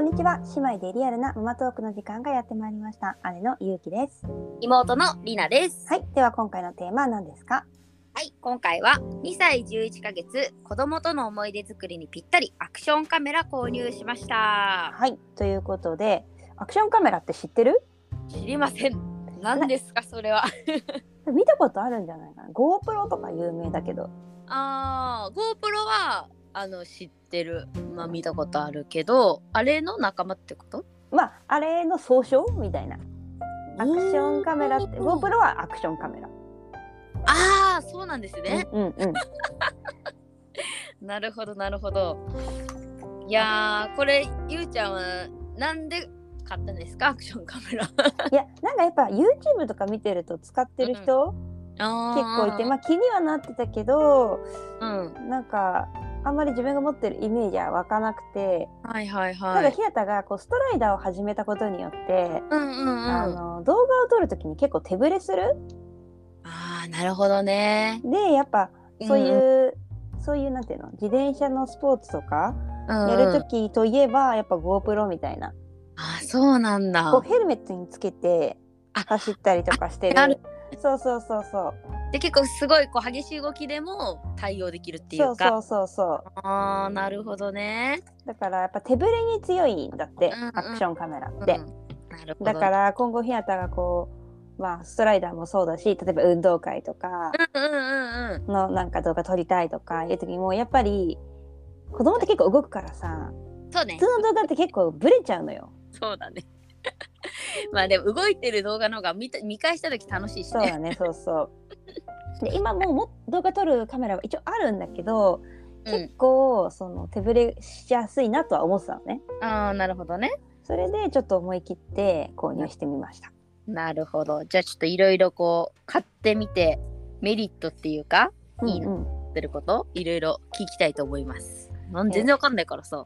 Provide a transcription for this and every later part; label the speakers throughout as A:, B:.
A: んにちは姉妹でリアルなママトークの時間がやってまいりました姉のゆうきです
B: 妹のりなです。
A: はいでは今回のテーマは何ですか
B: はい、今回は2歳11ヶ月、子供との思い出作りにぴったりアクションカメラ購入しました。
A: はいということでアクションカメラって知ってる
B: 知りません。何です か、それは。
A: 見たことあるんじゃないかな GoPro とか有名だけど
B: ああ、GoPro はあの知ってる。まあ見たことあるけど、あれの仲間ってこと
A: まああれの総称みたいなアクションカメラって
B: うーん
A: GoPro はアクションカメラ
B: ああ、そうなんですね。
A: うんうんうん
B: なるほど、なるほど。いやー、これ、ゆうちゃんはなんで買ったんですか、アクションカメラ。
A: いやなんかやっぱ YouTube とか見てると使ってる人結構いて、まあ気にはなってたけど
B: うん。
A: なんかあんまり自分が持ってるイメージは湧かなくて、
B: はいはい
A: た
B: は
A: だ
B: い
A: ひ。なたがこうストライダーを始めたことによって、
B: うんうんうん。
A: あの動画を撮るときに結構手ぶれする
B: ああなるほどね。
A: でやっぱそういう、そういうなんていうの自転車のスポーツとかやると
B: き
A: きといえば、やっぱ GoPro みたいな
B: あそうなんだ。
A: こうヘルメットにつけて
B: あ
A: 走ったりとかして
B: あある
A: る。そうそうそうそう
B: で結構すごいこう激しい動きでも対応できるってい
A: そうう
B: か。
A: そうそうそう
B: ああなるほどね。
A: だからやっぱ手ぶれに強いんだって、
B: うんうん
A: アクションカメラって、
B: うんなるほど。
A: だから今後ひなたがこうまあストライダーもそうだし例えば運動会とか
B: うんうんうんうん。
A: のなんか動画撮りたいとかいう時にもうやっぱり子供って結構動くからさ
B: そうね
A: 普。通の動画って結構ブレちゃうのよ。
B: そうだね。 まあでも動いてる動画の方が見た見返した時楽しいし
A: そう
B: ね。
A: だねそうそう。で今もうも動画撮るカメラは一応あるんだけど、
B: うん
A: 結構その手ぶれしやすいなとは思ってたのね。
B: ああなるほどね。
A: それでちょっと思い切って購入してみました。
B: なるほど。じゃあちょっといろいろこう買ってみてメリットっていうかいいな
A: うんうん
B: やってることいろいろ聞きたいと思います。なん全然わかんないからさ。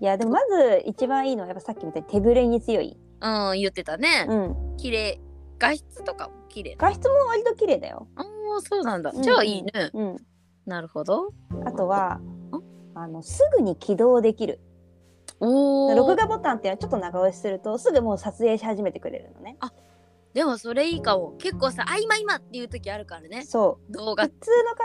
A: いやでもまず一番いいのはやっぱさっきみたいに手ぶれに強い。
B: うん言ってたね。
A: うん。
B: 綺麗画質とかも綺麗
A: 画質も割と綺麗だよ。
B: ああそうなんだ
A: うん
B: じゃあいいね、
A: うん。
B: なるほど
A: あとはあのすぐに起動できる。
B: おー
A: 録画ボタンっていうのはちょっと長押しするとすぐもう撮影し始めてくれるのね。
B: でもそれいいかも結構さあ今今っていう時あるからね
A: そう。
B: 動
A: 普
B: 画、
A: 通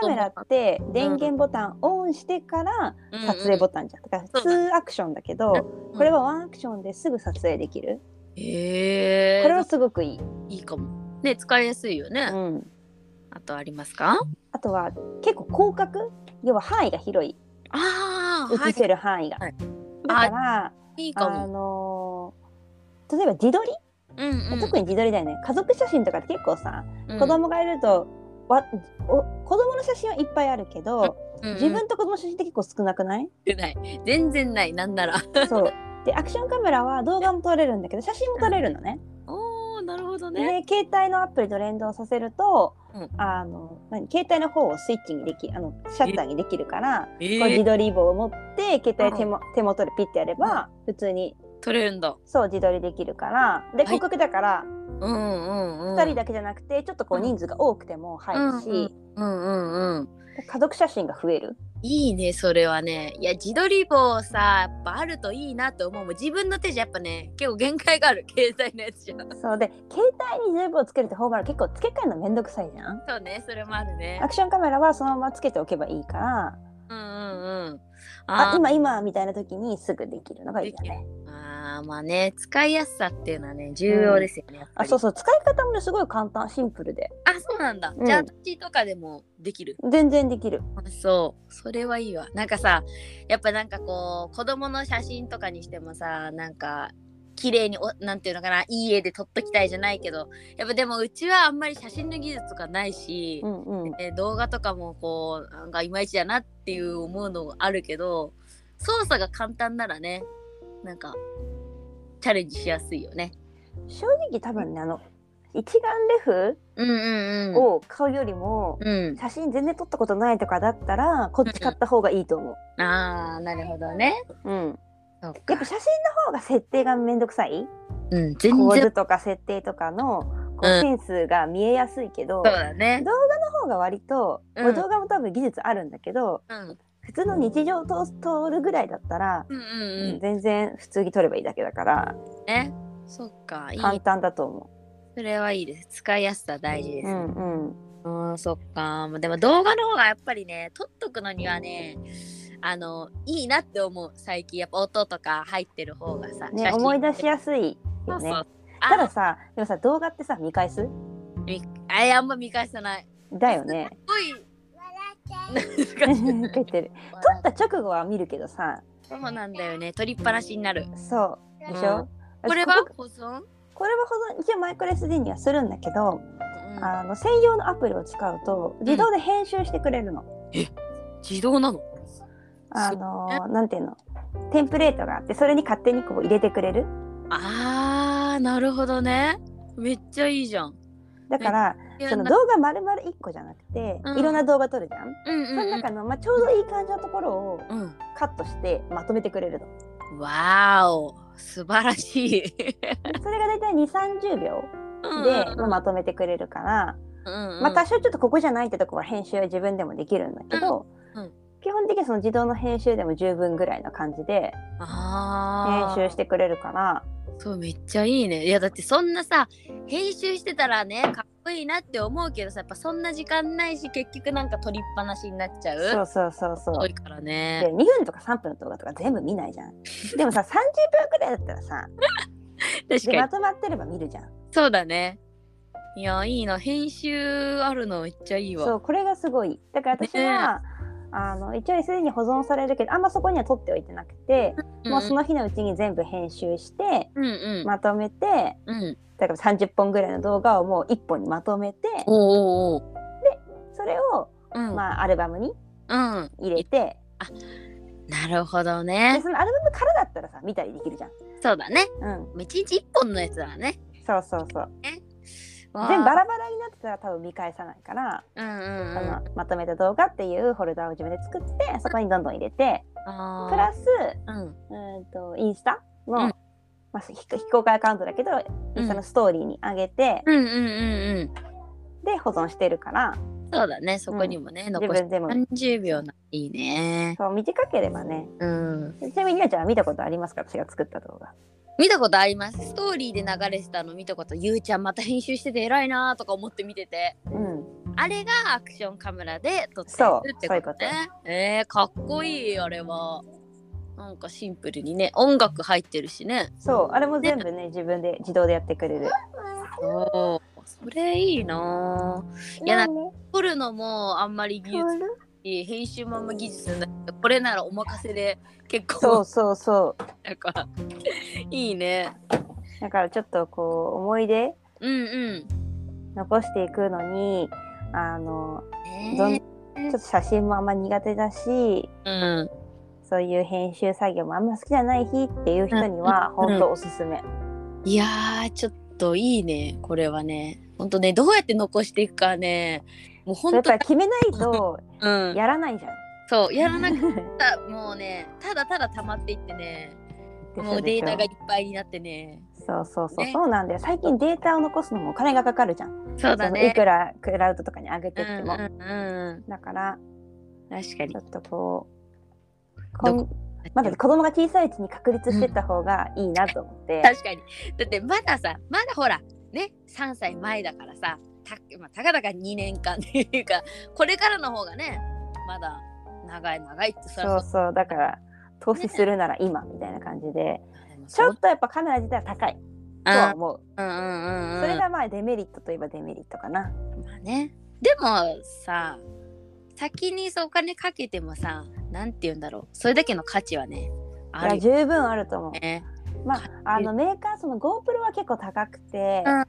A: のカメラって電源ボタンオンしてから
B: うんうん
A: 撮影ボタンじゃん。だから
B: そうだ
A: 2アクションだけど、これはワンアクションですぐ撮影できる。
B: へえ
A: これはすごくいい。
B: いいかもね使いやすいよね、
A: うん。
B: あとありますか
A: あとは結構広角要は範囲が広い
B: ああは
A: 映せる範囲が。
B: はい
A: だから
B: いいいか
A: あ
B: も
A: のー例えば自撮り
B: うんうん
A: 特に自撮りだよね家族写真とかって結構さ、
B: うん
A: 子供がいるとわお子供の写真はいっぱいあるけど、
B: うんうん
A: 自分と子供の写真って結構少なく ない
B: ない全然ないなん なら
A: そうでアクションカメラは動画も撮れるんだけど写真も撮れるのね。
B: おおなるほどね
A: で携帯のアプリと連動させると、
B: うん
A: あの何携帯の方をスイッチにできあのシャッターにできるから、
B: え
A: こう自
B: ー、
A: 撮り棒を持って携帯手も、手元でピッてやれば普通に
B: 撮れるんだ
A: そう自撮りできるからで
B: はい
A: 広角だから、
B: うんうんうん
A: 2人だけじゃなくてちょっとこう人数が多くても入るし、
B: うんうんうん
A: 家族写真が増える
B: いいねそれはねいや自撮り棒さやっぱあるといいなと思うもう自分の手じゃやっぱね結構限界がある携帯のやつじゃ
A: そうで携帯に全部をつけるって方が結構付け替えるのめんどくさいじゃん
B: そうねそれもあるね
A: アクションカメラはそのままつけておけばいいから
B: うんうんうん
A: あ
B: あー
A: 今今みたいな時にすぐできるのがいいよね
B: あーまあね使いやすさっていうのはね重要ですよね、やっぱ
A: あ
B: り
A: そうそう使い方もねすごい簡単シンプルで
B: あそうなんだ、
A: うん
B: じゃあ私とかでもできる
A: 全然できる
B: あそうそれはいいわなんかさやっぱなんかこう子供の写真とかにしてもさなんか綺麗におなんていうのかないい絵で撮っときたいじゃないけどやっぱでもうちはあんまり写真の技術とかないし
A: う、んうん
B: え動画とかもこうなんかいまいちだなっていう思うのがあるけど操作が簡単ならねなんかチャレンジしやすいよね。
A: 正直多分ねあの一眼レ
B: うんうん
A: フを買うよりも
B: うん。
A: 写真全然撮ったことないとかだったらこっち買った方がいいと思
B: うん、ああなるほどね。
A: う、うん、
B: そう
A: やっぱ
B: か
A: 写真の方が設定がめんどくさい
B: うん全然
A: 構
B: そう
A: 図とか設定とかのこう
B: うん
A: センスが見えやすいけど、
B: だね。
A: 動画の方が割と、
B: うん
A: もう動画も多分技術あるんだけど
B: うん、
A: 普通の日常を通通るぐらいだったら、
B: うんうんうん。
A: 全然普通に撮ればいいだけだから
B: ね。そっか。いい。
A: 簡単だと思
B: それはいいです。使いやすさ大事で
A: う。
B: す。
A: う
B: うん
A: うん。
B: ん、そっか。でも動画の方がやっぱりね、撮っとくのにはね、あの、いいなって思う。最近。やっぱ音とか入ってる方がさ、
A: ね、思い出しやすいよ
B: そう
A: ね
B: そう。
A: た
B: あ
A: ださでもさ動画ってさ見返す
B: みあれあんま見返さない。
A: だよね
B: すごい。
A: な
B: 難しい
A: んか言ってる撮った直後は見るけどさ
B: そうなんだよね。撮りっぱなしになる。
A: そうでしょ、
B: これは
A: 私こ
B: 保存
A: これはほど一応マイクロ SD にはするんだけど、
B: うん
A: あの専用のアプリを使うと自動で編集してくれるの、
B: 自動なの
A: あのなんていうのテンプレートがあってそれに勝手にこう入れてくれる
B: あー、なるほどね。めっちゃいいじゃん。
A: だから、その動画丸々1個じゃなくて、
B: うん
A: いろんな動画撮るじゃん、
B: うんうん
A: その中の、まあ、ちょうどいい感じのところを
B: うん、
A: カットしてまとめてくれるの
B: うん。わーお、素晴らしい。
A: それが大体2 3 0秒で、まあ、まとめてくれるから、
B: うんうん
A: まあ、多少ちょっとここじゃないってとこは編集は自分でもできるんだけど、
B: うんうん
A: 基本的にはその自動の編集でも十分ぐらいの感じで
B: あ
A: 編
B: ー
A: 集してくれるから
B: そうめっちゃいいねいやだってそんなさ編集してたらねかっこいいなって思うけどさやっぱそんな時間ないし結局なんか撮りっぱなしになっちゃう
A: そうそうそうそ
B: 多
A: う
B: いから
A: で
B: ね
A: 2分とか3分の動画とか全部見ないじゃんでもさ30秒ぐらいだったらさ
B: 確
A: で
B: か
A: ま
B: に
A: とまってれば見るじゃん
B: そうだねいやいいな編集あるのめっちゃいいわ
A: そうこれがすごいだから私は、あの一応 SD に保存されるけどあんまそこには取っておいてなくて、
B: うん
A: もうその日のうちに全部編集して
B: うんうん、
A: まとめて
B: うん
A: だから30本ぐらいの動画をもう1本にまとめて
B: おうおうおう
A: それを、
B: うん、
A: まあ、アルバムに
B: うん
A: 入れて
B: なるほど
A: で
B: ね
A: そのアルバムからだったらさ見たりできるじゃん。
B: そうだね
A: うん
B: 一日一本のやつだね
A: そうそうそう
B: わー
A: 全部バラバラになってたら多分見返さないから、
B: うんうん
A: そ
B: うん
A: のまとめた動画っていうフォルダを自分で作ってそこにどんどん入れて
B: あ
A: プラ
B: ス
A: ス
B: うん
A: うーんとインスタの、
B: うん
A: まあ、非非公開アカウントだけど、インスタのストーリーに上げて、
B: うんうんうんうん
A: で保存してるから
B: そうだね、そこにもね、
A: 自
B: 残して
A: 分でも
B: 30秒ないいね。
A: そう短ければね
B: うん。
A: ちなみにりあちゃんは見たことありますか私が作った動画
B: 見たことあります。ストーリーで流れてたの見たこと、ゆうちゃんまた編集してて偉いなとか思って見てて、
A: うん
B: あれがアクションカメラで撮ってるってこと
A: そうそうい
B: ね。えー、かっこいい、あれは。なんかシンプルにね、音楽入ってるしね。
A: そうあれも全部ね自分で自動でやってくれる
B: おそれいいなぁいやなん
A: ね
B: 撮るのもあんまり技術
A: る
B: し、編集もあんま技術ないけどこれならお任せで結
A: そ
B: 構
A: うそうそう
B: なんか、いいね。
A: だからちょっとこう思い出
B: うんうん。
A: 残していくのにあのどん
B: ね
A: ちょっと写真もあんま苦手だし
B: うん、
A: そういう編集作業もあんま好きじゃない日っていう人には
B: うんう
A: 本
B: ん
A: 当おすすめ
B: いやーちょっといいねこれはねほんとねどうやって残していくかねもうほ
A: や
B: ん
A: っ
B: と
A: ぱ決めないと
B: うん
A: やらないじ ゃん。
B: そうやらなくなったもうねただただ溜まっていってね
A: でしょ
B: もうデータがい
A: でし
B: っぱいになってね
A: ょそうそうそう、
B: ね
A: そうなんだよ最近データを残すのもお金がかかるじゃん
B: そうだ
A: そのい
B: ね
A: くらクラウドとかに上げ
B: う
A: て
B: ん
A: っ
B: う
A: て
B: ん
A: も、
B: うん
A: だから
B: 確かに
A: ちょっとこうこん
B: ど
A: まだ子供が小さいうちに確立してった方がいいなと思って、
B: 確かにだってまださまだほらね3歳前だからさた,、まあ、たかだか2年間っていうかこれからの方がねまだ長い長いってそりゃ
A: そうそうだから投資するなら今みたいな感じでち
B: そ
A: ょ
B: う
A: っとやっぱカメラ自体は高いとは
B: あ
A: 思う
B: うんうんうんうん
A: それがまあデメリットといえばデメリットかな
B: まあねでもさ先にそうお金かけてもさなんて言うんだろうそれだけの価値はね
A: い
B: あ
A: や
B: るよ
A: 十分あると思う
B: ね
A: まああのメーカーその GoPro は結構高くて、
B: うんうん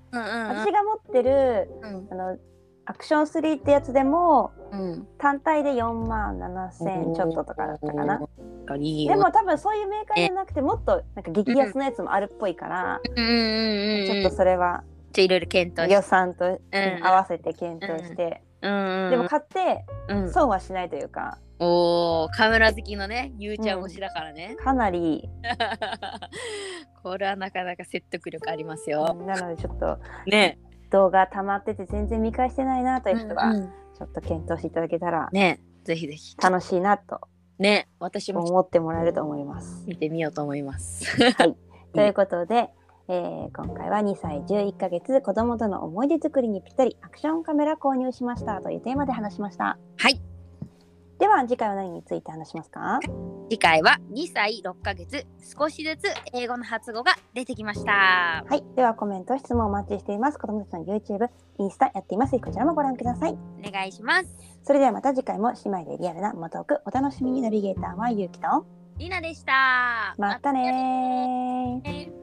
A: 私が持ってる
B: うん
A: あのアクション3ってやつでも
B: うん
A: 単体で4万7,000ちょっととかだったかな。
B: いい
A: で
B: よ
A: も多分そういうメーカーじゃなくてもっとなんか激安のやつもあるっぽいから、
B: うんうんうんうん
A: ち
B: ち
A: ょ
B: ょ
A: っ
B: っ
A: とそれは
B: といろいろ検討し
A: 予
B: て
A: 算と
B: ん
A: 合わせて検討して、
B: うんうん
A: でも買って
B: うん
A: 損はしないというか
B: おーカメラ好きのねゆうちゃん推しだからね、
A: かなり
B: これはなかなか説得力あります
A: な
B: よ
A: のでちょっと
B: ね
A: 動画溜まってて全然見返してないなという人
B: う
A: は
B: ん
A: ちょっと検討していただけたら
B: ねぜひぜひ
A: 楽しいなと
B: ね私も
A: 思ってもらえると思います。
B: 見てみようと思います。
A: ということで、えー今回は2歳11ヶ月子供との思い出作りにぴったりアクションカメラ購入しましたというテーマで話しました。
B: はい。
A: では次回は何について話しますか
B: 次回は2歳6ヶ月少しずつ英語の発語が出てきまし
A: は
B: た。
A: い。ではコメント、質問お待ちしています。子供たちの YouTube、インスタやっています。ぜひこちらもご覧ください。
B: お願いします。
A: それではまた次回も姉妹でリアルなもトークお楽しみにナビゲーターはゆうきと
B: りなでした。
A: またねー。
B: またね